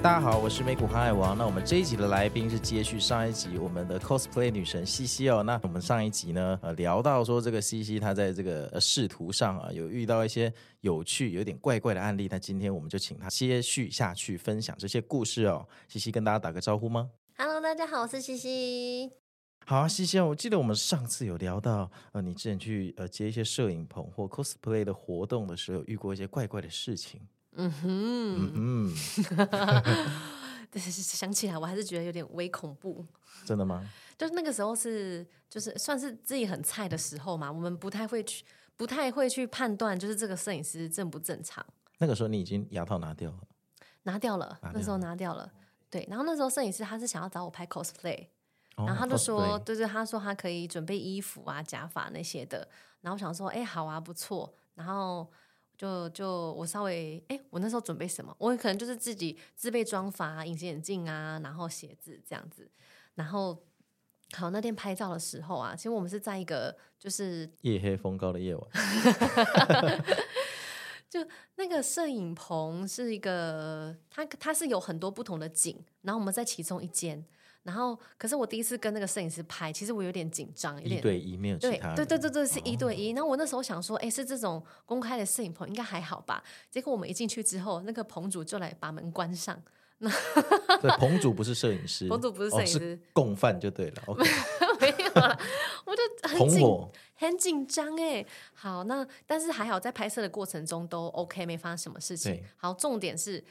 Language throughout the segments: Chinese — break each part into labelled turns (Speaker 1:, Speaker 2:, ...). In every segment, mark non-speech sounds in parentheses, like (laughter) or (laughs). Speaker 1: 大家好，我是美股航海王。那我们这一集的来宾是接续上一集我们的 cosplay 女神西西哦。那我们上一集呢，呃，聊到说这个西西她在这个呃仕途上啊，有遇到一些有趣、有点怪怪的案例。那今天我们就请她接续下去分享这些故事哦。西西跟大家打个招呼吗？
Speaker 2: Hello，大家好，我是西西。
Speaker 1: 好啊，西西啊，我记得我们上次有聊到，呃，你之前去呃接一些摄影棚或 cosplay 的活动的时候，有遇过一些怪怪的事情。
Speaker 2: 嗯哼， (laughs)
Speaker 1: 嗯，
Speaker 2: 但是想起来我还是觉得有点微恐怖。
Speaker 1: 真的吗？
Speaker 2: 就是那个时候是就是算是自己很菜的时候嘛，我们不太会去不太会去判断，就是这个摄影师正不正常。
Speaker 1: 那个时候你已经牙套拿掉了。
Speaker 2: 拿掉了，
Speaker 1: 拿掉
Speaker 2: 那时候拿掉了。对，然后那时候摄影师他是想要找我拍 cosplay，、
Speaker 1: 哦
Speaker 2: 然后他就说，
Speaker 1: cosplay
Speaker 2: 对对，他说他可以准备衣服啊、假发那些的。然后我想说，哎，好啊，不错。然后就就我稍微，哎，我那时候准备什么？我可能就是自己自备妆发、啊、隐形眼镜啊，然后鞋子这样子。然后好，那天拍照的时候啊，其实我们是在一个就是
Speaker 1: 夜黑风高的夜晚，
Speaker 2: (laughs) 那个摄影棚是一个，它它是有很多不同的景，然后我们在其中一间，然后可是我第一次跟那个摄影师拍，其实我有点紧张，有
Speaker 1: 一
Speaker 2: 点
Speaker 1: 对一没有其
Speaker 2: 对
Speaker 1: 他人。哦
Speaker 2: 对对对对，是一对一。那、我那时候想说，哎，是这种公开的摄影棚应该还好吧？结果我们一进去之后，那个棚主就来把门关上， (laughs)
Speaker 1: 对，棚主不是摄影师，
Speaker 2: 棚主不是摄影师
Speaker 1: 哦是共犯就
Speaker 2: (laughs)
Speaker 1: 对了。OK，
Speaker 2: 没有啦，我就很
Speaker 1: 同
Speaker 2: 紧
Speaker 1: 伙
Speaker 2: 很紧张哎。好，那但是还好，在拍摄的过程中都 OK，没发生什么事情
Speaker 1: 对。
Speaker 2: 好，重点是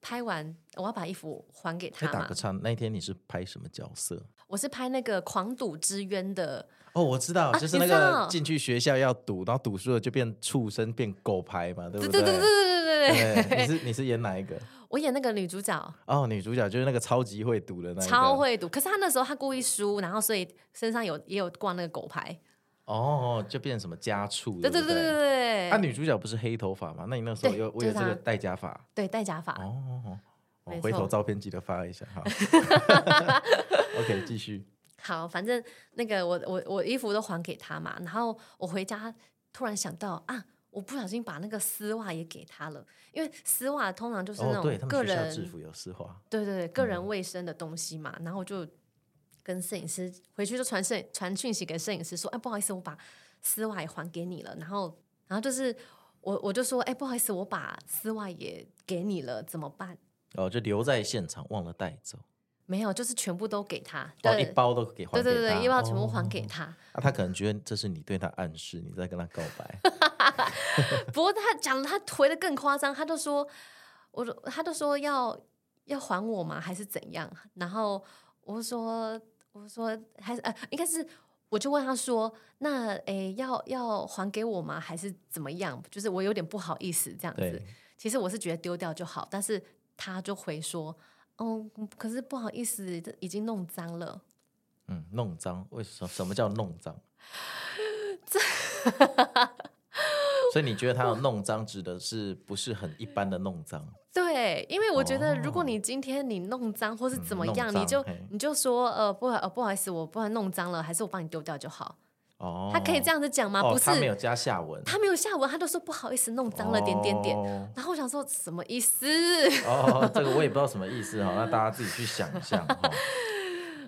Speaker 2: 拍完我要把衣服还给
Speaker 1: 再
Speaker 2: 他
Speaker 1: 哎打
Speaker 2: 嘛
Speaker 1: 个。岔，那一天你是拍什么角色？
Speaker 2: 我是拍那个《狂赌之渊》的，
Speaker 1: 哦，我知道，
Speaker 2: 啊
Speaker 1: 就是
Speaker 2: 你
Speaker 1: 那
Speaker 2: 知
Speaker 1: 个
Speaker 2: 道
Speaker 1: 进去学校要赌，然后赌输了就变畜生，变狗牌嘛，对
Speaker 2: 对
Speaker 1: 不
Speaker 2: 对对
Speaker 1: 对
Speaker 2: 对对
Speaker 1: (laughs)
Speaker 2: 对对，
Speaker 1: 对，你是你是演哪一个？
Speaker 2: 我演那个女主角
Speaker 1: 哦，女主角就是那个超级会赌的那一个，
Speaker 2: 超会赌，可是她那时候她故意输，然后所以身上有也有挂那个狗牌，
Speaker 1: 哦，就变什么家畜，
Speaker 2: 对
Speaker 1: 对
Speaker 2: 对
Speaker 1: 不
Speaker 2: 对对对，
Speaker 1: 啊，女主角不是黑头发嘛？那你那时候
Speaker 2: 对
Speaker 1: 又为
Speaker 2: 就
Speaker 1: 了
Speaker 2: 是
Speaker 1: 这个
Speaker 2: 她
Speaker 1: 戴假发
Speaker 2: 对戴假发，
Speaker 1: 哦，我
Speaker 2: 没
Speaker 1: 回头
Speaker 2: 错
Speaker 1: 照片记得发一下
Speaker 2: (laughs)
Speaker 1: 哈。OK，继续。
Speaker 2: 好，反正那个我我我衣服都还给他嘛，然后我回家突然想到啊，我不小心把那个丝袜也给他了，因为丝袜通常就是那
Speaker 1: 哦，对
Speaker 2: 种
Speaker 1: 他
Speaker 2: 个
Speaker 1: 们学校
Speaker 2: 人、
Speaker 1: 制服有嗯丝袜，
Speaker 2: 对对对个人卫生的东西嘛，然后我就跟摄影师回去就传摄传讯息给摄影师说，哎，不好意思，我把丝袜也还给你了，然后然后就是我 (laughs) 我就说，哎，不好意思，我把丝袜也给你了，怎么办？
Speaker 1: 哦，就留在现场忘了带走，
Speaker 2: 没有，就是全部都给他，
Speaker 1: 哦，
Speaker 2: 对、
Speaker 1: 一包都给还
Speaker 2: 对
Speaker 1: 给
Speaker 2: 对对
Speaker 1: 他
Speaker 2: 对，一包全部
Speaker 1: 哦
Speaker 2: 还给他。 (laughs)
Speaker 1: 啊他可能觉得这是你对他暗示，你在跟他告
Speaker 2: (laughs)
Speaker 1: 白。
Speaker 2: 不过他讲的他回的更夸张，他就说，我就他就说要要还我吗？还是怎样？然后我就说，我就说还是呃，应该是。我就问他说：“那诶，要要还给我吗？还是怎么样？就是我有点不好意思这样子
Speaker 1: 对。
Speaker 2: 其实我是觉得丢掉就好，但是他就回说：‘嗯，可是不好意思，这已经弄脏了。’
Speaker 1: 嗯，弄
Speaker 2: (laughs)
Speaker 1: 脏，为什么？什么叫弄脏？所以你觉得他的弄脏指的是不是很一般的弄脏？
Speaker 2: 对，因为我觉得，如
Speaker 1: 哦
Speaker 2: 果你今天你弄脏或是怎么
Speaker 1: 嗯弄
Speaker 2: 样，
Speaker 1: 脏
Speaker 2: 你就
Speaker 1: 嘿
Speaker 2: 你就说呃不好呃不好意思，我不然弄脏了，还是我帮你丢掉就好。
Speaker 1: 哦，
Speaker 2: 他可以这样子讲吗？
Speaker 1: 哦
Speaker 2: 不是，
Speaker 1: 他没有加下文，
Speaker 2: 他没有下文，他就说不好意思，弄脏了点点点。
Speaker 1: 哦
Speaker 2: 然后我想说什么意思？ (laughs)
Speaker 1: 哦，这个我也不知道什么意思哈，那大家自己去想象
Speaker 2: (laughs)
Speaker 1: 哈。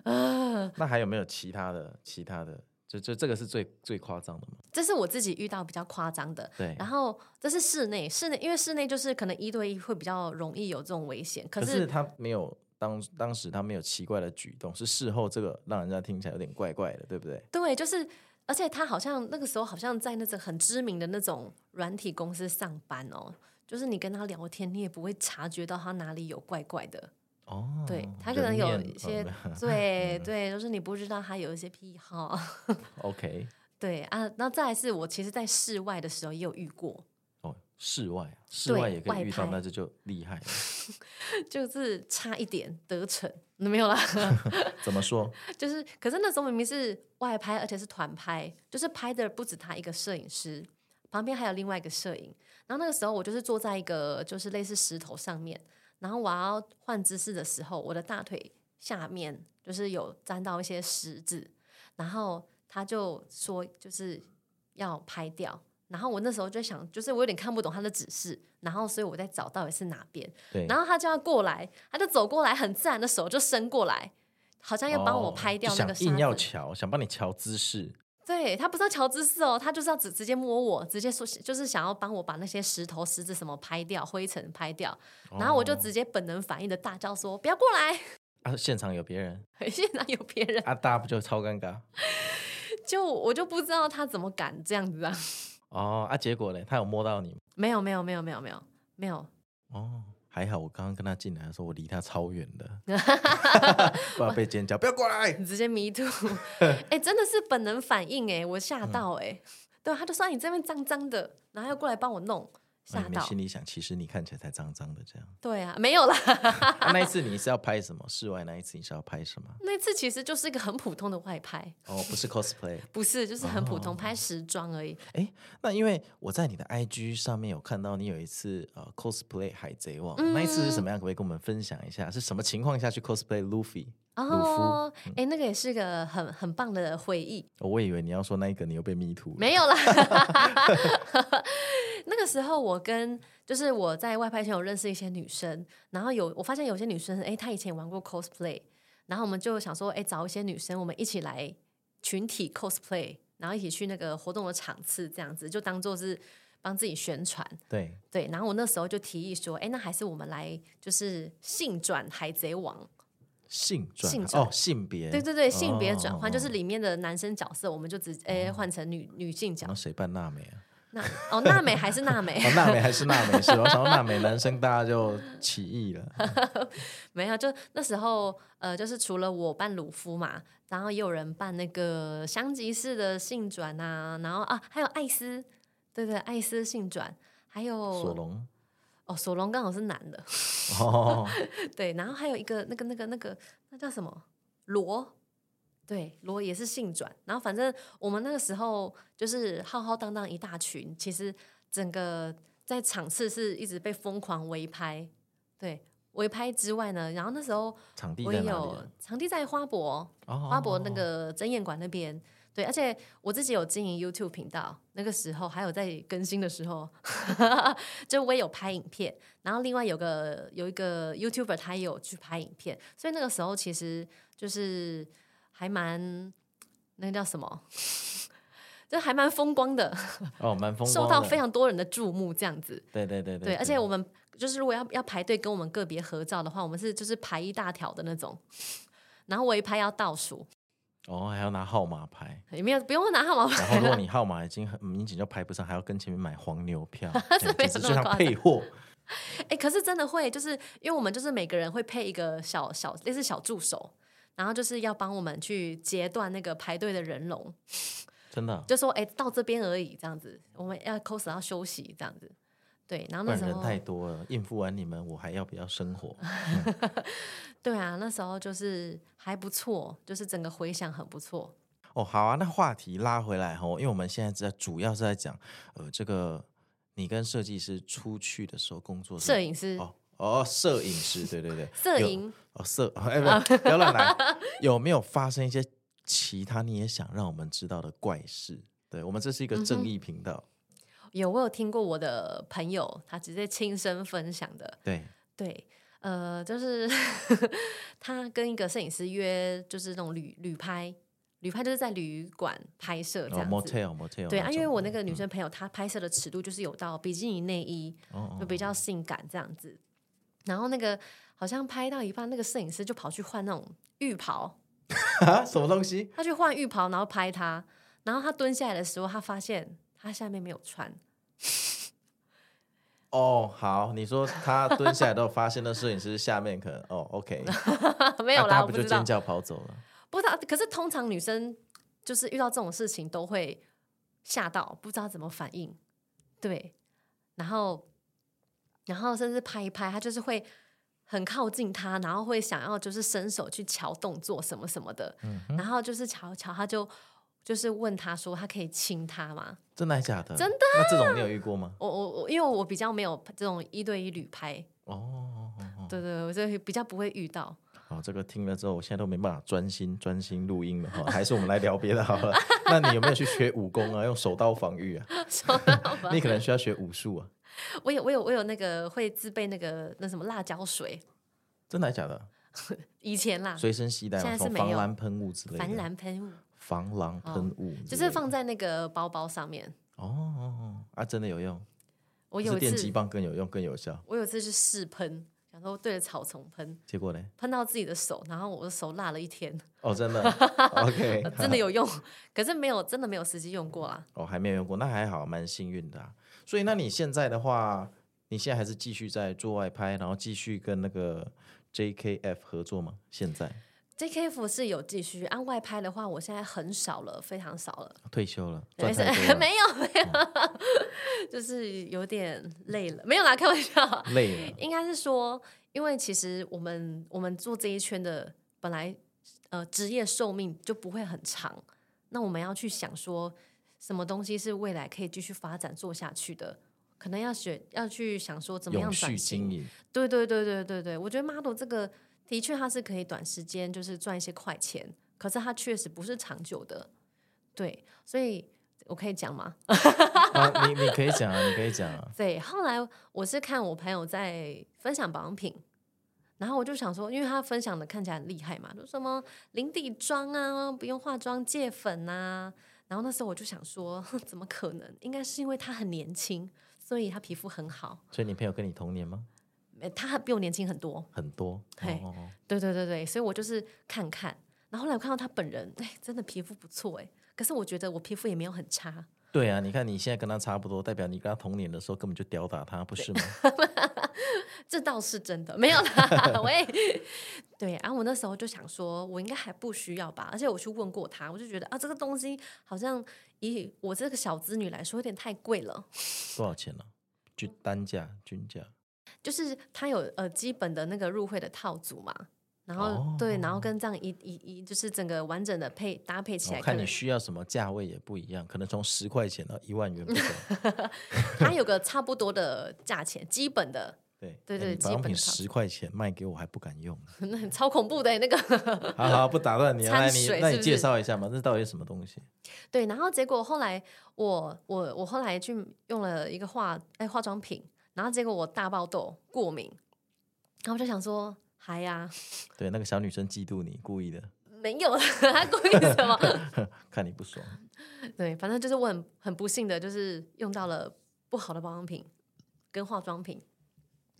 Speaker 2: 啊
Speaker 1: 那还有没有其他的？其他的，就就这个是最最夸张的嘛？
Speaker 2: 这是我自己遇到比较夸张的。
Speaker 1: 对。
Speaker 2: 然后这是室内，室内因为室内就是可能一对一会比较容易有这种危险，可
Speaker 1: 可
Speaker 2: 是
Speaker 1: 是他没有当当时他没有奇怪的举动，是事后这个让人家听起来有点怪怪的，对不对？
Speaker 2: 对，就是而且他好像那个时候好像在那种很知名的那种软体公司上班哦，就是你跟他聊天，你也不会察觉到他哪里有怪怪的。
Speaker 1: 哦，
Speaker 2: 对他可能
Speaker 1: 人
Speaker 2: 有
Speaker 1: 面
Speaker 2: 一些
Speaker 1: 哦、
Speaker 2: 对对，就是你不知道他有一些癖好。
Speaker 1: (laughs)
Speaker 2: (laughs)
Speaker 1: OK
Speaker 2: 对啊，那再来是我其实，在室外的时候也有遇过，
Speaker 1: 哦，室外啊室
Speaker 2: 对
Speaker 1: 外也可以
Speaker 2: 外
Speaker 1: 遇到，
Speaker 2: 拍
Speaker 1: 那这就厉害了。
Speaker 2: 就是差一点得逞，没有啦。
Speaker 1: 怎么
Speaker 2: (laughs)
Speaker 1: 说？
Speaker 2: 就是，可是那时候明明是外拍，而且是团拍，就是拍的不止他一个摄影师，旁边还有另外一个摄影。然后那个时候我就是坐在一个就是类似石头上面，然后我要换姿势的时候，我的大腿下面就是有沾到一些石子，然后他就说就是要拍掉。然后我那时候就想，就是我有点看不懂他的指示，然后所以我在找到底是哪边。
Speaker 1: 对，
Speaker 2: 然后他就要过来，他就走过来，很自然的手就伸过来，好像要帮我拍掉
Speaker 1: 哦就
Speaker 2: 那个
Speaker 1: 想硬
Speaker 2: 沙
Speaker 1: 要
Speaker 2: 子。
Speaker 1: 瞧，想帮你瞧姿势。
Speaker 2: 对他不是要乔姿势哦，他就是要直直接摸我，直接说就是想要帮我把那些石头、石子什么拍掉，灰尘拍掉。然后我就
Speaker 1: 哦
Speaker 2: 直接本能反应的大叫说：“不要过来 (laughs)
Speaker 1: 啊，现场有别人！”
Speaker 2: 现场有别人，
Speaker 1: 啊，大家不就超尴尬？
Speaker 2: 就我就不知道他怎么敢这样子啊！ (laughs)
Speaker 1: 哦啊，结果嘞，他有摸到你吗
Speaker 2: 没有，没有，没有，没有，没有，没有，
Speaker 1: 哦，还好我刚刚跟他进来的时候，我离他超远的，
Speaker 2: (laughs)
Speaker 1: 不然被尖叫，不要过来！
Speaker 2: 你直接迷
Speaker 1: (laughs)
Speaker 2: 途。哎、真的是本能反应哎、我吓到
Speaker 1: 嗯
Speaker 2: 哎、对，他就说哎你这边脏脏的，然后要过来帮我弄，
Speaker 1: 啊
Speaker 2: 吓
Speaker 1: 你们
Speaker 2: 到。
Speaker 1: 心里想，其实你看起来才脏脏的这样。 (laughs)
Speaker 2: 对啊，没有啦。 (laughs)
Speaker 1: 啊、那一次你是要拍什么？室外那一次你是要拍什么？
Speaker 2: 那次其实就是一个很普通的外拍，
Speaker 1: 哦，不是 cosplay。 (laughs)
Speaker 2: 不是，就是很普通拍时装而已。
Speaker 1: 那因为我在你的 IG 上面有看到你有一次呃 cosplay 海贼王，
Speaker 2: 嗯
Speaker 1: 那一次是什么样？可不可以跟我们分享一下？是什么情况下去 cosplay Luffy？、
Speaker 2: 哦，哎、那个也是个很很棒的回忆。
Speaker 1: 哦我以为你要说那一个你又被迷途，
Speaker 2: 没有啦， (laughs) 那个时候我跟就是我在外拍前有认识一些女生，然后有我发现有些女生，哎，她以前玩过 cosplay，然后我们就想说，哎，找一些女生，我们一起来群体 cosplay，然后一起去那个活动的场次，这样子就当做是帮自己宣传。
Speaker 1: 对，
Speaker 2: 对，然后我那时候就提议说，哎，那还是我们来就是性转海贼王，
Speaker 1: 性转
Speaker 2: 性转
Speaker 1: 哦，性别
Speaker 2: 对对对，性别转换、
Speaker 1: 哦
Speaker 2: 就是里面的男生角色，我们就直哎换成女女性角
Speaker 1: 然后谁扮娜美啊？
Speaker 2: 那哦，娜美还是娜美， (laughs)
Speaker 1: 哦，娜美还是娜美是吧？我想说娜美男生大家就起义了。
Speaker 2: 没有，就那时候呃，就是除了我扮鲁夫嘛，然后也有人扮那个香吉士的性转啊，然后啊，还有艾斯，对对，艾斯性转，还有
Speaker 1: 索隆
Speaker 2: 哦，索隆刚好是男的，
Speaker 1: 哦，
Speaker 2: 对，然后还有一个那个那个那个那叫什么罗。对，罗也是性转，然后反正我们那个时候就是浩浩荡荡一大群，其实整个在场次是一直被疯狂围拍，对，围拍之外呢，然后那时候
Speaker 1: 场地
Speaker 2: 我
Speaker 1: 在
Speaker 2: 也
Speaker 1: 哪里啊？
Speaker 2: 有场地在花博，
Speaker 1: 哦
Speaker 2: 花博那个展演馆那边。对，而且我自己有经营 YouTube 频道，那个时候还有在更新的时候， (laughs) 就我也有拍影片，然后另外有个有一个 YouTuber 他也有去拍影片，所以那个时候其实就是还蛮那个叫什么， (laughs) 就还蛮风光的，
Speaker 1: 哦，蛮风光的，
Speaker 2: 受到非常多人的注目这样子。
Speaker 1: 对对对
Speaker 2: 对，而且我们就是如果要要排队跟我们个别合照的话，我们是就是排一大条的那种， (laughs) 然后我一拍要倒数，
Speaker 1: 哦还要拿号码牌。
Speaker 2: 也没有不用拿号
Speaker 1: 然
Speaker 2: 码 (laughs)
Speaker 1: 后，
Speaker 2: 牌
Speaker 1: 如果
Speaker 2: 啦，
Speaker 1: 你号码已经很 (laughs) 明显就排不上，还要跟前面买黄牛
Speaker 2: (laughs)
Speaker 1: 票，
Speaker 2: 这没
Speaker 1: 简直就
Speaker 2: 有那么
Speaker 1: 像
Speaker 2: 夸张
Speaker 1: 配货。
Speaker 2: 哎、可是真的会，就是因为我们就是每个人会配一个小小类似小助手。然后就是要帮我们去截断那个排队的人龙，
Speaker 1: 真的，啊
Speaker 2: 就说哎到这边而已这样子，我们要 cos 要休息这样子，对。然后
Speaker 1: 不
Speaker 2: 那
Speaker 1: 然
Speaker 2: 时
Speaker 1: 人
Speaker 2: 候
Speaker 1: 太多了，应付完你们，我还要不要生活？
Speaker 2: 对啊，那时候就是还不错，就是整个回响很不错。
Speaker 1: 哦，好啊，那话题拉回来哦，因为我们现在在主要是在讲呃这个你跟设计师出去的时候工作是
Speaker 2: 摄影师、
Speaker 1: 哦哦，摄影师，对对对，
Speaker 2: (laughs) 摄
Speaker 1: 有
Speaker 2: 影啊
Speaker 1: 哦摄 (laughs) 哎不不要乱
Speaker 2: (laughs)
Speaker 1: 来，有没有发生一些其他你也想让我们知道的怪事？对我们这是一
Speaker 2: 嗯
Speaker 1: 个正义频道，
Speaker 2: 有我有听过我的朋友他直接亲身分享的， (laughs)
Speaker 1: 对
Speaker 2: 对，呃，就是 (laughs) 他跟一个摄影师约，就是那种旅旅拍，旅拍就是在旅馆拍摄这
Speaker 1: 哦
Speaker 2: 样子。
Speaker 1: motel motel
Speaker 2: 对
Speaker 1: 那
Speaker 2: 啊，因
Speaker 1: 种嗯
Speaker 2: 为我那个女生朋友，她拍摄的尺度就是有到比基尼内衣，
Speaker 1: 哦
Speaker 2: 就比较性感这样子。然后那个好像拍到一半，那个摄影师就跑去换那种浴袍，
Speaker 1: 啊什么东西
Speaker 2: 他去换浴袍，然后拍她。然后他蹲下来的时候，他发现他下面没有穿， (laughs)
Speaker 1: 哦好，你说他蹲下来都发现那摄影师下面可能哦 OK
Speaker 2: (laughs) 没有
Speaker 1: 那
Speaker 2: 啦，
Speaker 1: 他啊
Speaker 2: 我
Speaker 1: 不
Speaker 2: 不
Speaker 1: 就
Speaker 2: 知道
Speaker 1: 尖。叫跑走了？
Speaker 2: 不知道，可是通常女生就是遇到这种事情都会吓到，不知道怎么反应。对，然后然后甚至拍一拍，她就是会很靠近他，然后会想要就是伸手去瞧动作什么什么的，然后就是瞧瞧，他就就是问他说他可以亲他吗？
Speaker 1: 真的还假的？
Speaker 2: 真的啊
Speaker 1: 那这种你有遇过吗？
Speaker 2: 我我我，因为我比较没有这种一对一旅拍，
Speaker 1: 哦哦哦哦
Speaker 2: 对对对，我所以比较不会遇到。 (laughs)
Speaker 1: 好，这个听了之后，我现在都没办法专心专心录音
Speaker 2: (laughs)
Speaker 1: 了哈，还是我们来聊别的好了。那你有没有去学武功啊？用手刀防御
Speaker 2: (laughs)
Speaker 1: 啊？
Speaker 2: 手到吧
Speaker 1: 你可能需要学武术啊？
Speaker 2: 我有我有我有那个会自备那个那什么辣椒水，
Speaker 1: 真的还假的？
Speaker 2: 以前啦，
Speaker 1: 随身携带
Speaker 2: 啊现
Speaker 1: 吗什
Speaker 2: 在是
Speaker 1: 么
Speaker 2: 没有
Speaker 1: 防狼喷雾之类的？
Speaker 2: 防蓝喷雾，
Speaker 1: 防狼喷雾之类的、
Speaker 2: 就是放在那个包包上面。
Speaker 1: 哦哦哦啊，真的有用，
Speaker 2: 我
Speaker 1: 我
Speaker 2: 有一
Speaker 1: 电击
Speaker 2: 次，
Speaker 1: 棒更有用更有效。
Speaker 2: 我有一次去试喷，想说对着草丛喷，
Speaker 1: 结果呢？
Speaker 2: 喷到自己的手，然后我的手辣了
Speaker 1: (laughs)
Speaker 2: 一天，
Speaker 1: 哦，真
Speaker 2: (laughs)
Speaker 1: 的，OK，
Speaker 2: 真的有用，可是没有，真的没有实际用过啊。
Speaker 1: 哦，还没有用过，那还好，蛮幸运的啊、所以，那你现在的话，你现在还是继续在做外拍，然后继续跟那个 JKF 合作吗？现在
Speaker 2: JKF 是有继续，按外拍的话，我现在很少了，非常少了，
Speaker 1: 退休了，
Speaker 2: 没
Speaker 1: 赚太
Speaker 2: 事
Speaker 1: 多，了，
Speaker 2: (laughs)
Speaker 1: 哦
Speaker 2: 没有没有， (laughs) 就是有点累了，没有啦，开玩
Speaker 1: (laughs)
Speaker 2: 笑。
Speaker 1: 累了，
Speaker 2: 应该是说，因为其实我们我们做这一圈的本来呃职业寿命就不会很长，那我们要去想说什么东西是未来可以继续发展做下去的，可能要选要去想说怎么样
Speaker 1: 永续
Speaker 2: 转
Speaker 1: 经
Speaker 2: 型。
Speaker 1: 营。
Speaker 2: 对对对对对对，我觉得 model 这个的确它是可以短时间就是赚一些快钱，可是它确实不是长久的，对，所以我可以讲吗？
Speaker 1: (laughs) 啊，你你可以讲啊，你可以讲啊，
Speaker 2: 对，后来我是看我朋友在分享保养品，然后我就想说，因为他分享的看起来很厉害嘛，就什么零底妆啊，不用化妆卸粉啊。然后那时候我就想说， (laughs) 哼怎么可能？应该是因为他很年轻，所以他皮肤很好。
Speaker 1: 所以你朋友跟你同年吗？
Speaker 2: 呃他还比我年轻很多，
Speaker 1: 很多，
Speaker 2: 嘿
Speaker 1: 哦哦哦
Speaker 2: 对对对对，所以我就是看看。然后后来我看到他本人，哎，真的皮肤不错哎。可是我觉得我皮肤也没有很差，
Speaker 1: 对啊，你看你现在跟他差不多，代表你跟他同年的时候根本就吊打他，不是吗？
Speaker 2: 这倒是真的，没有啦，喂，对，然、后我那时候就想说，我应该还不需要吧，而且我去问过他，我就觉得啊，这个东西好像以我这个小资女来说，有点太贵了。
Speaker 1: 多少钱呢、就单价、均价，
Speaker 2: 就是它有呃基本的那个入会的套组嘛，然后、
Speaker 1: 哦
Speaker 2: 对，然后跟这样一一一就是整个完整的配搭配起
Speaker 1: 我
Speaker 2: 来，
Speaker 1: 哦看
Speaker 2: 可
Speaker 1: 你
Speaker 2: 能
Speaker 1: 需要什么价位也不一样，可能从十块钱到一万元不等。
Speaker 2: 它有个差不多的价钱，基本的， (laughs)
Speaker 1: 对
Speaker 2: 对
Speaker 1: 哎
Speaker 2: 对
Speaker 1: 你
Speaker 2: 基
Speaker 1: 保养
Speaker 2: 本
Speaker 1: 品
Speaker 2: 的差不
Speaker 1: 十块钱卖给我还不敢
Speaker 2: (laughs)
Speaker 1: 用。
Speaker 2: 那很超恐怖的欸那个。
Speaker 1: 好好，不打断你，
Speaker 2: 掺
Speaker 1: 来你
Speaker 2: 水
Speaker 1: 那
Speaker 2: 是
Speaker 1: 你
Speaker 2: 不
Speaker 1: 介
Speaker 2: 是
Speaker 1: 绍一下嘛，那到底是什么东西？
Speaker 2: 对，然后结果后来我我我后来去用了一个化哎化妆品，然后结果我大爆痘过敏，然后我就想说，嗨呀、
Speaker 1: 对，那个小女生嫉妒你，故意的， (laughs)
Speaker 2: 没有了， (laughs) 他故意什么？ (laughs)
Speaker 1: 看你不爽。
Speaker 2: 对，反正就是我很很不幸的，就是用到了不好的保养品跟化妆品，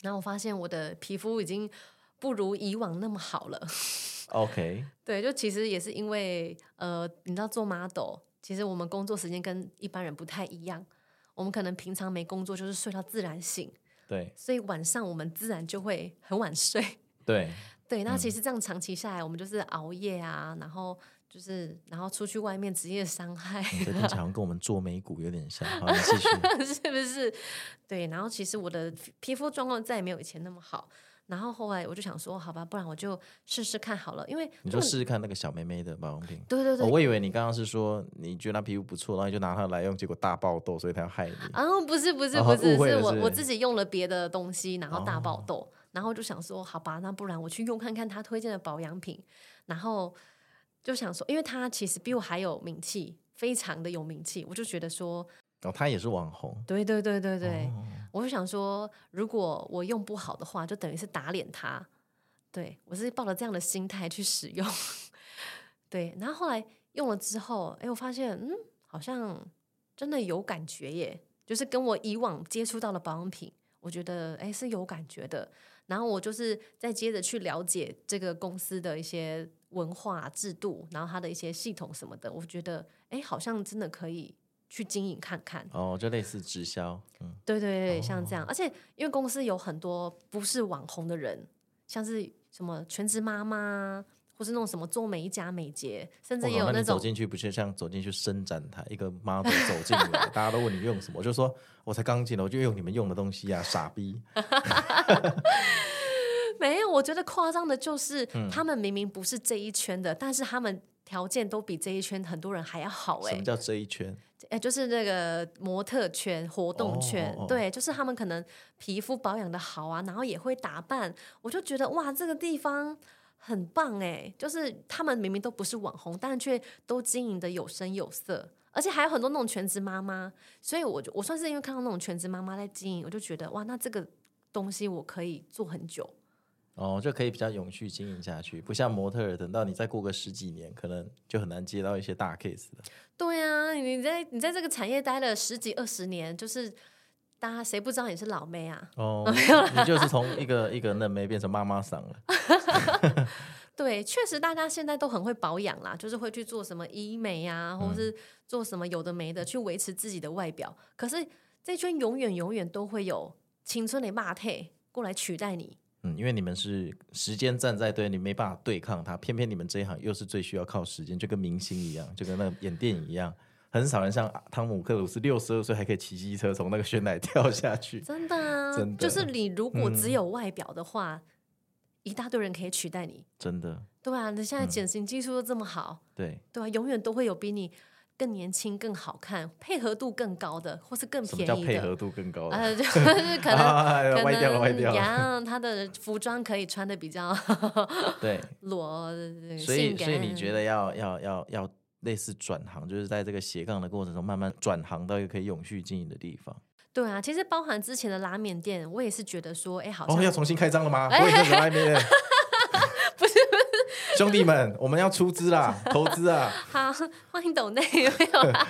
Speaker 2: 然后我发现我的皮肤已经不如以往那么好了。
Speaker 1: OK，
Speaker 2: 对，就其实也是因为呃，你知道做 model，其实我们工作时间跟一般人不太一样，我们可能平常没工作就是睡到自然醒，
Speaker 1: 对
Speaker 2: 所以晚上我们自然就会很晚睡。
Speaker 1: 对，
Speaker 2: 对，那
Speaker 1: 嗯
Speaker 2: 其实这样长期下来，我们就是熬夜啊，然后就是然后出去外面职业伤害， (laughs)
Speaker 1: 你的听起来好像跟我们做美股有点像。好，你继续。
Speaker 2: 是不是？对，然后其实我的皮肤状况再也没有以前那么好。然后后来我就想说，好吧，不然我就试试看好了，因为
Speaker 1: 你
Speaker 2: 他
Speaker 1: 说
Speaker 2: 们
Speaker 1: 试试看那个小妹妹的保养品。
Speaker 2: 对对
Speaker 1: 哦，
Speaker 2: 对，
Speaker 1: 我以为你刚刚是说你觉得她皮肤不错，然后你就拿它来用，结果大爆痘，所以她要害你。
Speaker 2: 啊，不是不是
Speaker 1: 哦
Speaker 2: 不是，
Speaker 1: 误会
Speaker 2: 是
Speaker 1: 了
Speaker 2: 我
Speaker 1: 是
Speaker 2: 我自己用了别的东西，然后大爆
Speaker 1: 哦
Speaker 2: 痘，然后就想说，好吧，那不然我去用看看他推荐的保养品，然后就想说，因为他其实比我还有名气，非常的有名气，我就觉得说，
Speaker 1: 然后哦她也是网红，
Speaker 2: 对对对对对，
Speaker 1: 哦
Speaker 2: 我就想说，如果我用不好的话，就等于是打脸他。对我是抱着这样的心态去使用。 (laughs) 对，然后后来用了之后，哎，我发现，嗯，好像真的有感觉耶，就是跟我以往接触到的保养品，我觉得哎是有感觉的。然后我就是再接着去了解这个公司的一些文化制度，然后它的一些系统什么的，我觉得哎好像真的可以去经营看看。
Speaker 1: 哦，就类似直销，嗯，
Speaker 2: 对对对，像
Speaker 1: 哦
Speaker 2: 这样，而且因为公司有很多不是网红的人，像是什么全职妈妈，或是那种什么做美甲、美睫，甚至
Speaker 1: 哇
Speaker 2: 也有
Speaker 1: 哦那你
Speaker 2: 种
Speaker 1: 走进去不是像走进去伸展台，一个 model 走进来，大家都问你用什么，我就说我才刚进来，我就用你们用的东西啊，傻逼！
Speaker 2: 没有。我觉得夸张的就是，
Speaker 1: 嗯
Speaker 2: 他们明明不是这一圈的，但是他们条件都比这一圈很多人还要好、
Speaker 1: 什
Speaker 2: 哎
Speaker 1: 么，叫这一圈？
Speaker 2: 哎，就是那个模特圈、活动圈，
Speaker 1: 哦哦哦
Speaker 2: 对，就是他们可能皮肤保养的好啊，然后也会打扮，我就觉得哇，这个地方很棒哎，就是他们明明都不是网红，但却都经营的有声有色，而且还有很多那种全职妈妈，所以我就我算是因为看到那种全职妈妈在经营，我就觉得哇，那这个东西我可以做很久，
Speaker 1: 哦，就可以比较永续经营下去，不像模特儿，等到你再过个十几年，可能就很难接到一些大 case 了。
Speaker 2: 对啊，你在你在这个产业待了十几二十年，就是大家谁不知道你是老妹啊？
Speaker 1: 哦，
Speaker 2: (laughs)
Speaker 1: 你就是从一个一个嫩妹变成妈妈桑了。
Speaker 2: 对，确实大家现在都很会保养啦，就是会去做什么医美啊，
Speaker 1: 嗯
Speaker 2: 或是做什么有的没的去维持自己的外表。可是这圈永远永远都会有青春的骂退过来取代你。
Speaker 1: 嗯，因为你们是时间站在对，你没办法对抗它，偏偏你们这一行又是最需要靠时间，就跟明星一样，就跟那个演电影一样，很少人像啊汤姆克鲁斯六十二岁还可以骑机车从那个悬崖跳下去。
Speaker 2: 真的啊，
Speaker 1: (laughs) 真的嗯
Speaker 2: 就是你如果只有外表的话，一大堆人可以取代你。
Speaker 1: 真的，
Speaker 2: 对啊，你
Speaker 1: 嗯
Speaker 2: 现在减型技术都这么好，
Speaker 1: 对，
Speaker 2: 对啊，永远都会有比你更年轻、更好看、配合度更高的，或是更
Speaker 1: 什
Speaker 2: 便
Speaker 1: 么叫
Speaker 2: 宜
Speaker 1: 配合
Speaker 2: 的。
Speaker 1: 度啊更高？ (laughs)
Speaker 2: 呃， (laughs) 就是可能
Speaker 1: 哎 (laughs) 呀
Speaker 2: 可
Speaker 1: 歪掉了，歪
Speaker 2: 能
Speaker 1: 掉了。
Speaker 2: 呀，他的服装可以穿的比较 (laughs)
Speaker 1: 对，
Speaker 2: 裸，呃
Speaker 1: 所以
Speaker 2: 性感
Speaker 1: 所以你觉得要要要要类似转行，就是在这个斜杠的过程中慢慢转行到一个可以永续经营的地方。
Speaker 2: 对啊？其实包含之前的拉面店，我也是觉得说，哎，好像、哎
Speaker 1: 哦，要重新开张了吗？我也在等外面。
Speaker 2: (laughs) 不是
Speaker 1: 兄弟们，我们要出资
Speaker 2: (laughs)
Speaker 1: 啦，投资啊！
Speaker 2: 好欢迎抖内
Speaker 1: (laughs)
Speaker 2: 没有啦。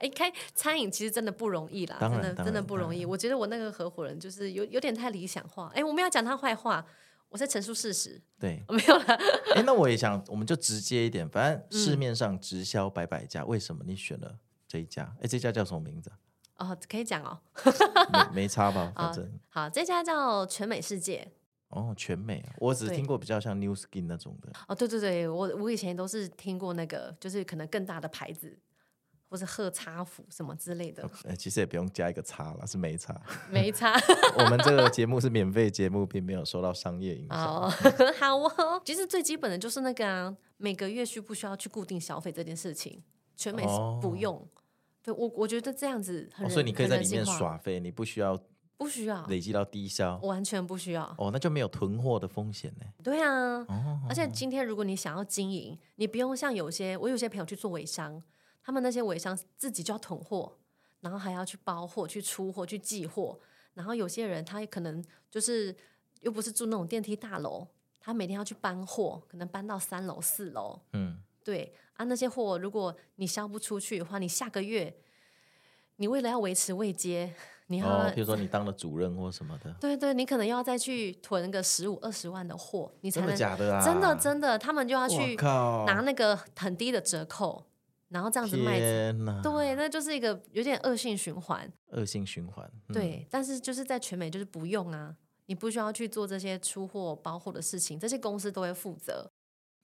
Speaker 2: 哎，开餐饮其实真的不容易啦，
Speaker 1: 当
Speaker 2: 真
Speaker 1: 然
Speaker 2: 的
Speaker 1: 当
Speaker 2: 真的
Speaker 1: 然
Speaker 2: 不
Speaker 1: 当
Speaker 2: 容易。我觉得我那个合伙人就是有有点太理想化，哎，我没有讲他坏话，我在陈述事实，
Speaker 1: 对，
Speaker 2: 没有啦。嗯
Speaker 1: 哎，那我也想，我们就直接一点，反正市面上直销百百家，为什么你选了这一家？哎，这家叫什么
Speaker 2: (laughs)
Speaker 1: 名字啊？
Speaker 2: 哦，可以讲哦。
Speaker 1: 没没差吧？
Speaker 2: 啊
Speaker 1: 反正
Speaker 2: 好，这家叫全美世界，
Speaker 1: 哦，全美啊，我只
Speaker 2: 对
Speaker 1: 听过比较像 New Skin 那种的。
Speaker 2: 哦，对对对，我我以前都是听过那个，就是可能更大的牌子，或是贺叉府什么之类的，
Speaker 1: 呃，其实也不用加一个叉啦，是没差。 (laughs)
Speaker 2: 没差。
Speaker 1: 我们这个节目是免费节目，并没有受到商业影响。 (laughs)
Speaker 2: 好哦好哦，其实最基本的就是那个啊，每个月需不需要去固定消费这件事情，全美
Speaker 1: 哦
Speaker 2: 不用。对我我觉得这样子很
Speaker 1: 哦
Speaker 2: 人、
Speaker 1: 所以你可以在
Speaker 2: 很人
Speaker 1: 里面
Speaker 2: 性化，
Speaker 1: 耍飞，你不需要
Speaker 2: 不需要，
Speaker 1: 累积到低消。
Speaker 2: 完全不需要。
Speaker 1: 哦，那就没有囤货的风险呢。
Speaker 2: 对啊，
Speaker 1: 哦，
Speaker 2: 而且今天如果你想要经营，你不用像有些我有些朋友去做微商，他们那些微商自己就要囤货，然后还要去包货、去出货、去寄货，然后有些人他可能就是又不是住那种电梯大楼，他每天要去搬货，可能搬到三楼、四楼，
Speaker 1: 嗯，
Speaker 2: 对啊，那些货如果你销不出去的话，你下个月你为了要维持未接，你要、
Speaker 1: 哦，比如说你当了主任或什么
Speaker 2: (laughs)
Speaker 1: 的，
Speaker 2: 对对，你可能又要再去囤个十五二十万的货，你才
Speaker 1: 真
Speaker 2: 能
Speaker 1: 的假的啊？
Speaker 2: 真的真的，他们就要
Speaker 1: 我
Speaker 2: 去
Speaker 1: 靠，
Speaker 2: 拿那个很低的折扣，然后这样子卖。
Speaker 1: 天啊哪，
Speaker 2: 对，那就是一个有点恶性循环。
Speaker 1: 恶性循环。嗯，
Speaker 2: 对，但是就是在全美就是不用啊，你不需要去做这些出货、包货的事情，这些公司都会负责，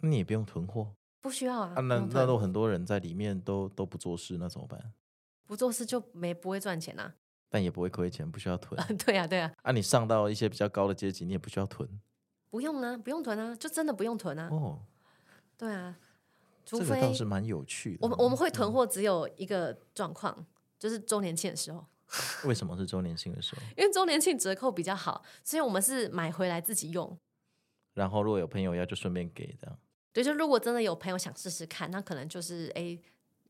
Speaker 1: 那你也不用囤货
Speaker 2: 不需要啊。
Speaker 1: 啊。那
Speaker 2: 不用
Speaker 1: 那
Speaker 2: 囤
Speaker 1: 都很多人在里面都都不做事，那怎么办？
Speaker 2: 不做事就没不会赚钱啊。 (laughs)
Speaker 1: 但也不会亏钱，不需要囤
Speaker 2: 对啊，对啊，
Speaker 1: 啊。你上到一些比较高的阶级，你也不需要囤。
Speaker 2: 不用啊，不用囤啊，就真的不用囤啊。
Speaker 1: 哦，
Speaker 2: 对啊，除
Speaker 1: 这
Speaker 2: 非
Speaker 1: 个倒是嗯蛮有趣的。哦
Speaker 2: 我们我们会囤货，只有一个状况，就是周年庆的时候，
Speaker 1: 为什么是周年庆的时候？
Speaker 2: 因为周年庆折扣比较好，所以我们是买回来自己用。
Speaker 1: 然后如果有朋友要，就顺便给这样。
Speaker 2: 对，就如果真的有朋友想试试看，那可能就是哎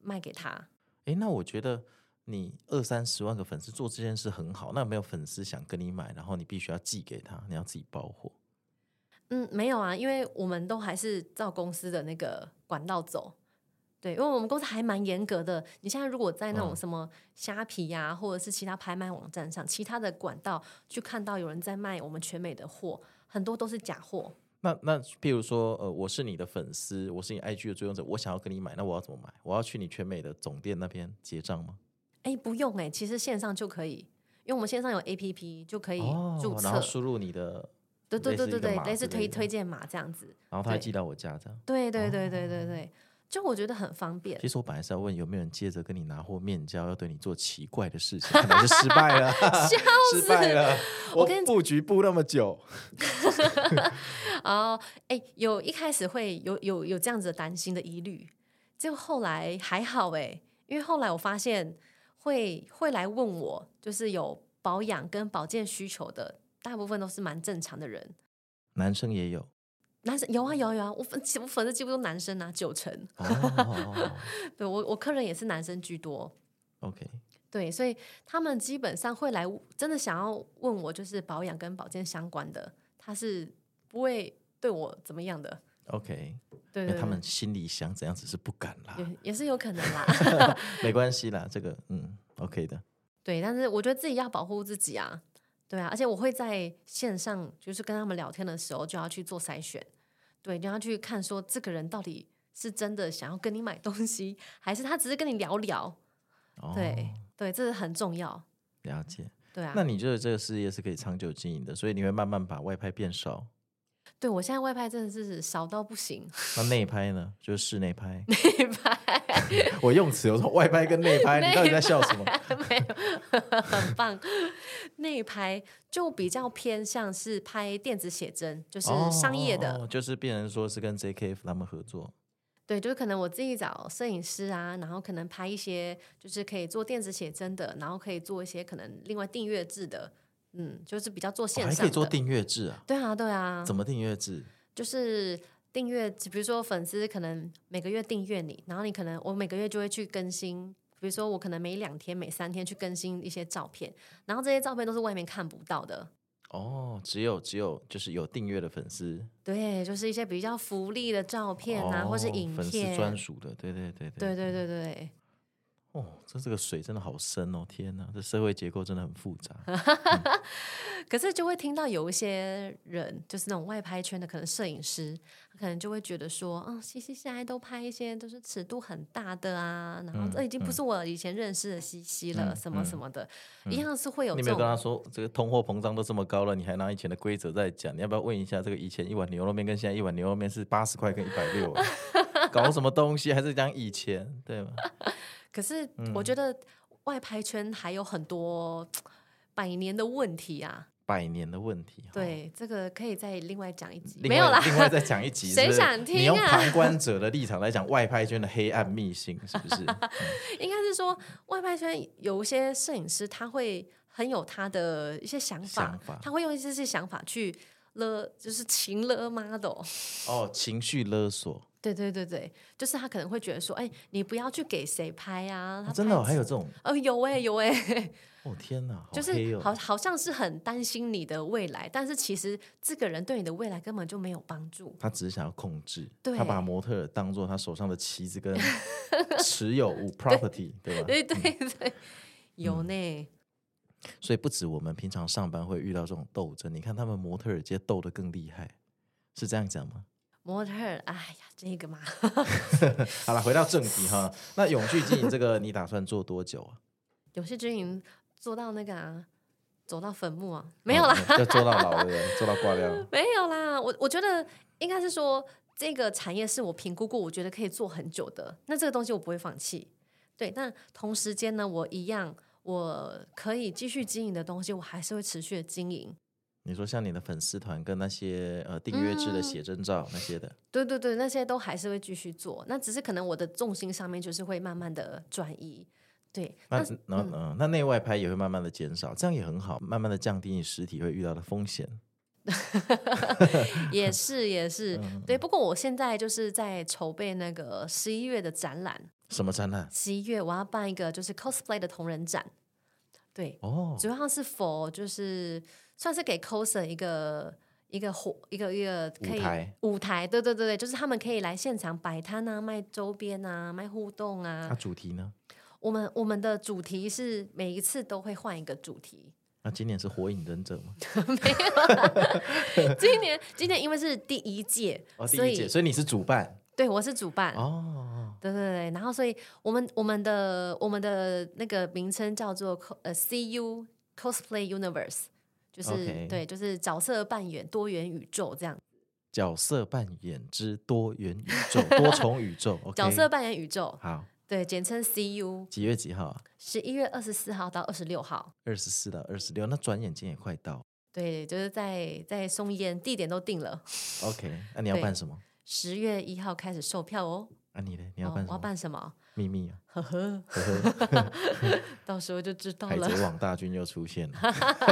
Speaker 2: 卖给他。
Speaker 1: 哎，那我觉得你二三十万个粉丝做这件事很好。那有没有粉丝想跟你买，然后你必须要寄给他，你要自己包货？
Speaker 2: 嗯，没有啊，因为我们都还是照公司的那个管道走。对，因为我们公司还蛮严格的。你现在如果在那种
Speaker 1: 嗯
Speaker 2: 什么虾皮呀、或者是其他拍卖网站上，其他的管道去看到有人在卖我们全美的货，很多都是假货。
Speaker 1: 那那，譬如说，呃，我是你的粉丝，我是你 IG 的追踪者，我想要跟你买，那我要怎么买？我要去你全美的总店那边结账吗？
Speaker 2: 哎，不用哎、其实线上就可以，因为我们线上有 APP 就可以注册。
Speaker 1: 哦然后输入你的，
Speaker 2: 对对对对对，类
Speaker 1: 类
Speaker 2: 似
Speaker 1: 似一个码之类
Speaker 2: 推
Speaker 1: 的
Speaker 2: 推荐码这样子。
Speaker 1: 然后他会
Speaker 2: 对
Speaker 1: 寄到我家这样。
Speaker 2: 对对对对对对，就我觉得很方
Speaker 1: 哦
Speaker 2: 便
Speaker 1: 其。实我本来是要问有没有人接着跟你拿货面交，要对你做奇怪的事情，可能就失败
Speaker 2: (laughs)
Speaker 1: 了， (laughs) 失败了。
Speaker 2: 我跟你
Speaker 1: 布局布那么久，
Speaker 2: 哦，哎，有一开始会有有有这样子的担心的疑虑，结果后来还好哎，因为后来我发现会会来问我，就是有保养跟保健需求的，大部分都是蛮正常的人。
Speaker 1: 男生也有。
Speaker 2: 男生有啊有啊有啊，我粉我粉丝几乎都男生啊，九成。 (laughs)
Speaker 1: 哦
Speaker 2: 对我我客人也是男生居多，
Speaker 1: ，OK，
Speaker 2: 对，所以他们基本上会来，真的想要问我就是保养跟保健相关的，他是不会对我怎么样的。
Speaker 1: OK，
Speaker 2: 对
Speaker 1: 因
Speaker 2: 对
Speaker 1: 为
Speaker 2: 对，
Speaker 1: 他们心里想怎样，只是不敢啦，
Speaker 2: 也也是有可能啦。
Speaker 1: (laughs) 没关系啦，这个嗯，OK 的。
Speaker 2: 对，但是我觉得自己要保护自己啊。对啊，而且我会在线上就是跟他们聊天的时候就要去做筛选，对，就要去看说这个人到底是真的想要跟你买东西，还是他只是跟你聊聊。
Speaker 1: 哦，
Speaker 2: 对、对，这是很重要。
Speaker 1: 了解。
Speaker 2: 对啊，
Speaker 1: 那你觉得这个事业是可以长久经营的，所以你会慢慢把外拍变
Speaker 2: (laughs)
Speaker 1: 少，
Speaker 2: 对我现在外派真的是少到不行，
Speaker 1: 那内拍呢，就是室内拍。
Speaker 2: (laughs) 内拍。
Speaker 1: (laughs) 我用词有种外拍跟内
Speaker 2: (laughs)
Speaker 1: 拍，你到底在笑什么？
Speaker 2: 没有，很棒。内拍就比较偏向是拍电子写真，就是商业的，
Speaker 1: 哦就是变成说是跟 JKF 他们合作。
Speaker 2: 对，就是可能我自己找摄影师啊，然后可能拍一些就是可以做电子写真的，然后可以做一些可能另外订阅制的，嗯，就是比较做线
Speaker 1: 哦还
Speaker 2: 上
Speaker 1: 可
Speaker 2: 的。
Speaker 1: 以做订阅制啊？
Speaker 2: 对啊，对啊，
Speaker 1: 怎么订阅制？
Speaker 2: 就是订阅，比如说粉丝可能每个月订阅你，然后你可能我每个月就会去更新，比如说我可能每两天、每三天去更新一些照片，然后这些照片都是外面看不到的。
Speaker 1: 哦，只有只有就是有订阅的粉丝
Speaker 2: 对，就是一些比较福利的照片啊，
Speaker 1: 哦
Speaker 2: 或是影
Speaker 1: 粉丝
Speaker 2: 片，
Speaker 1: 专属嗯的，对对对对
Speaker 2: 对对对对，
Speaker 1: 哦，这这个水真的好深哦！天哪，这社会结构真的很复杂。
Speaker 2: (laughs) 可是就会听到有一些人，就是那种外拍圈的，可能摄影师，他可能就会觉得说，嗯，西西现在都拍一些都是尺度很大的啊，然后这已经不是我以前认识的西西了，
Speaker 1: 嗯
Speaker 2: 什么什么的，一样是会有
Speaker 1: 你
Speaker 2: 这
Speaker 1: 没有跟
Speaker 2: 种。
Speaker 1: 他说这个通货膨胀都这么高了，你还拿以前的规则在讲？你要不要问一下这个以前一碗牛肉面跟现在一碗牛肉面是八十块跟一百六，啊搞什么东西？还是讲以前对吗？
Speaker 2: 可是
Speaker 1: 嗯
Speaker 2: 我觉得外拍圈还有很多百年的问题啊，
Speaker 1: 百年的问题。哦
Speaker 2: 对，这个可以再另外讲一集，
Speaker 1: 另
Speaker 2: 没有
Speaker 1: 外
Speaker 2: 啦，
Speaker 1: 另外再讲一
Speaker 2: (laughs)
Speaker 1: 集是不
Speaker 2: 谁
Speaker 1: 是，
Speaker 2: 想听啊
Speaker 1: 你用旁观者的立场来讲外拍圈的黑暗秘辛，是不
Speaker 2: (laughs)
Speaker 1: 是？
Speaker 2: 应该是说外拍圈有一些摄影师，他会很有他的一些想法，
Speaker 1: 想法
Speaker 2: 他会用这些想法去勒，就是情勒 model。 (laughs)
Speaker 1: 哦，情绪勒索，
Speaker 2: 对对对对，就是他可能会觉得说，哎、你不要去给谁拍啊，
Speaker 1: 哦
Speaker 2: 他
Speaker 1: 真的哦、
Speaker 2: 拍
Speaker 1: 还有这种，
Speaker 2: 哦，有哎、有 (laughs) 哎、
Speaker 1: 哦天哪，好
Speaker 2: 就是
Speaker 1: 黑
Speaker 2: 好
Speaker 1: 哦，
Speaker 2: 好像是很担心你的未来，但是其实这个人对你的未来根本就没有帮助。 (laughs)
Speaker 1: 他只是想要控制，
Speaker 2: 对
Speaker 1: 他把模特儿当做他手上的棋子
Speaker 2: (laughs)
Speaker 1: 跟持有物 property，对吧？
Speaker 2: 对对
Speaker 1: 嗯
Speaker 2: 对，有呢、
Speaker 1: 所以不止我们平常上班会遇到这种斗争，你看他们模特儿界斗得更厉害，是这样讲吗？ (laughs)
Speaker 2: 模特儿，哎呀，这个嘛，
Speaker 1: 好了，回到正题哈，那永续经营这个你打算做多久啊？
Speaker 2: 有些军营做到那个啊，走到坟墓啊， (laughs) 没有啦，
Speaker 1: 哦，要做到老的，做到挂掉。
Speaker 2: 没有啦，我我觉得应该是说这个产业是我评估过，我觉得可以做很久的。那这个东西我不会放弃。对，但同时间呢，我一样我可以继续经营的东西，我还是会持续的经营。
Speaker 1: 你说像你的粉丝团跟那些呃订阅制的
Speaker 2: 嗯
Speaker 1: 写真照那些的，
Speaker 2: 对对对，那些都还是会继续做，那只是可能我的重心上面就是会慢慢的转移。对，
Speaker 1: 那那嗯，那内外拍也会慢慢的减少，这样也很好，慢慢的降低你实体会遇到的风险。
Speaker 2: 也是也
Speaker 1: 嗯
Speaker 2: 是，对。不过我现在就是在筹备那个十一月的展览，
Speaker 1: 什么展览？
Speaker 2: 十一月我要办一个就是 cosplay 的同人展，对，
Speaker 1: 哦，
Speaker 2: 主要是否就是算是给 coser 一个一个火一个一个可
Speaker 1: 舞
Speaker 2: 以
Speaker 1: 台
Speaker 2: 舞台，对对对对，就是他们可以来现场摆摊啊，卖周边啊，卖互动
Speaker 1: 那、
Speaker 2: 啊。
Speaker 1: 主题呢？
Speaker 2: 我们我们的主题是每一次都会换一个主题，
Speaker 1: (laughs) 那今年是火影忍者吗？
Speaker 2: 今年今年因为是第一届，
Speaker 1: 哦，第
Speaker 2: 所
Speaker 1: 一
Speaker 2: 以嗯
Speaker 1: 届，所以你是主办
Speaker 2: 对我是主办，
Speaker 1: 哦，
Speaker 2: 对对对，然后所以我们我们的我们的那个名称叫做 co- 呃 CU Cosplay Universe，就是
Speaker 1: OK
Speaker 2: 对，就是角色扮演多元宇宙这样，
Speaker 1: 角色扮演之多元宇宙、多重宇宙。OK
Speaker 2: 角色扮演宇宙，
Speaker 1: 好，
Speaker 2: 对，简称 CU，
Speaker 1: 几月几号啊？
Speaker 2: 十一月二十四号到二十六号，
Speaker 1: 二十四到二十六，那转眼间也快到。
Speaker 2: 对，就是在在松烟，地点都定了，
Speaker 1: OK，那你要
Speaker 2: 对
Speaker 1: 办什么？
Speaker 2: 十月一号开始售票哦。
Speaker 1: 啊，你呢？你要
Speaker 2: 哦
Speaker 1: 办
Speaker 2: 我
Speaker 1: 什么？
Speaker 2: 要办什么？
Speaker 1: 秘密啊！
Speaker 2: 呵呵，
Speaker 1: 呵呵
Speaker 2: (laughs) 到时候就知道
Speaker 1: 海
Speaker 2: 了。
Speaker 1: 贼王大军又出现了。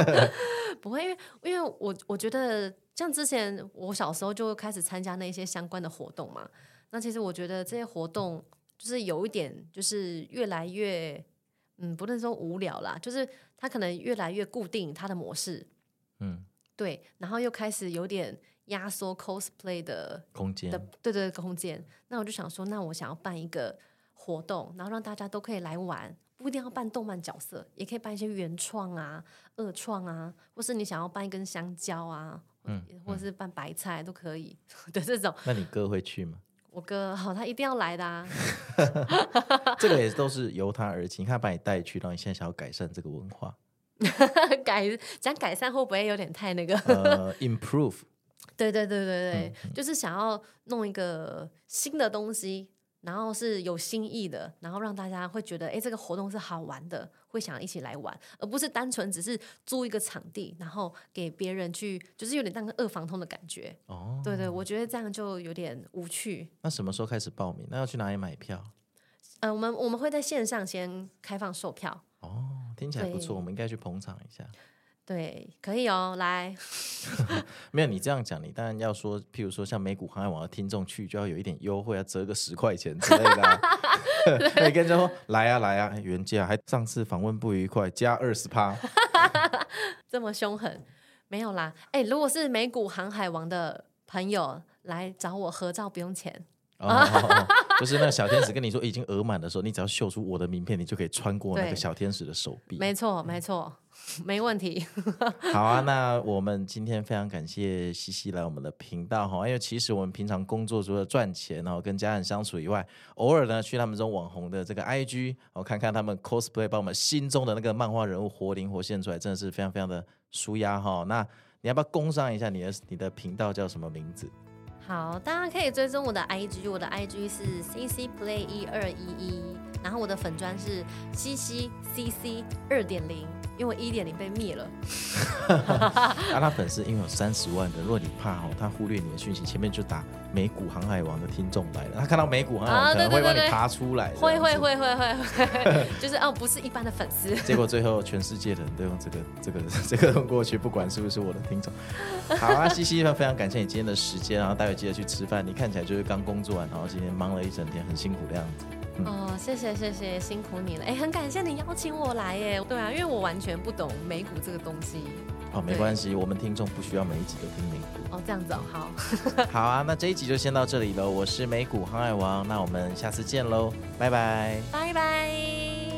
Speaker 2: (laughs) 不会，因为因为我我觉得，像之前我小时候就开始参加那一些相关的活动嘛。那其实我觉得这些活动就是有一点，就是越来越，嗯，不能说无聊啦，就是它可能越来越固定它的模式，
Speaker 1: 嗯，
Speaker 2: 对，然后又开始有点压缩 cosplay 的
Speaker 1: 空
Speaker 2: 的
Speaker 1: 间
Speaker 2: 对对空间。那我就想说，那我想要办一个活动，然后让大家都可以来玩，不一定要办动漫角色，也可以办一些原创啊、二创啊，或是你想要办一根香蕉啊，
Speaker 1: 嗯
Speaker 2: 或是办白菜都可以 (laughs) 的这种。
Speaker 1: 那你哥会去吗？
Speaker 2: 我哥好，他一定要来的啊！ (laughs)
Speaker 1: 这个也都是由他而起，你看他把你带去，然后你现在想要改善这个文化，
Speaker 2: 改讲改善会不会有点太那个？
Speaker 1: 呃 (laughs) ，improve
Speaker 2: 对对对对对，就是想要弄一个新的东西，然后是有新意的，然后让大家会觉得，哎，这个活动是好玩的，会想一起来玩，而不是单纯只是租一个场地，然后给别人去，就是有点当个二房东的感觉。
Speaker 1: 哦。
Speaker 2: 对对，我觉得这样就有点无趣。
Speaker 1: 那什么时候开始报名？那要去哪里买票？
Speaker 2: 呃，我们我们会在线上先开放售票，
Speaker 1: 哦，听起来不错，
Speaker 2: 对
Speaker 1: 我们应该去捧场一下。
Speaker 2: 对，可以哦，来，
Speaker 1: 没有你这样讲，你当然要说，譬如说像美股航海网的听众去，就要有一点优惠啊，折个十块钱之类的、啊。那你跟人家说来啊来啊，哎原价还上次访问不愉快，加二十趴，
Speaker 2: 这么凶狠，没有啦。哎，如果是美股航海王的朋友来找我合照，不用钱。
Speaker 1: 哦哦
Speaker 2: (laughs)
Speaker 1: 哦就是那个小天使跟你说已经额满的时候，你只要秀出我的名片，你就可以穿过那个
Speaker 2: 对
Speaker 1: 小天使的手臂。
Speaker 2: 没错，没错，没问题。
Speaker 1: (laughs) 好啊，那我们今天非常感谢西西来我们的频道哈，因为其实我们平常工作除了赚钱然后跟家人相处以外，偶尔呢去他们这种网红的这个 IG，我看看他们 cosplay，把我们心中的那个漫画人物活灵活现出来，真的是非常非常的舒压哈。那你要不要工商一下你的你的频道叫什么名字？
Speaker 2: 好，大家可以追踪我的 IG，我的 IG 是 CC Play 一二一一，然后我的粉砖是西西 CC 二点零，因为我一点零被灭了。
Speaker 1: 啊，他粉丝因为有三十万人，如果你怕哦，他忽略你的讯息，前面就打美股航海王的听众来了，他看到美股航海王
Speaker 2: 啊
Speaker 1: 可能
Speaker 2: 对
Speaker 1: 会
Speaker 2: 对
Speaker 1: 帮
Speaker 2: 对
Speaker 1: 你
Speaker 2: 对
Speaker 1: 爬出来，
Speaker 2: 会
Speaker 1: 这样
Speaker 2: 会
Speaker 1: 子
Speaker 2: 会会会会，就是哦，不是一般的粉丝。
Speaker 1: 结果最后全世界的人都用这个、这个、 (laughs) 这个弄过去，不管是不是我的听众。好啊，西西，非常感谢你今天的时间，然后待会记得去吃饭。你看起来就是刚工作完，然后今天忙了一整天，很辛苦的样子。
Speaker 2: 哦，谢谢谢谢，辛苦你了。哎，很感谢你邀请我来耶。对啊，因为我完全不懂美股这个东西。
Speaker 1: 好，没关系，我们听众不需要每一集都听美股。
Speaker 2: 哦，这样子哦，好，
Speaker 1: 好啊，那这一集就先到这里喽。我是美股航海王，那我们下次见喽，拜拜。
Speaker 2: 拜拜。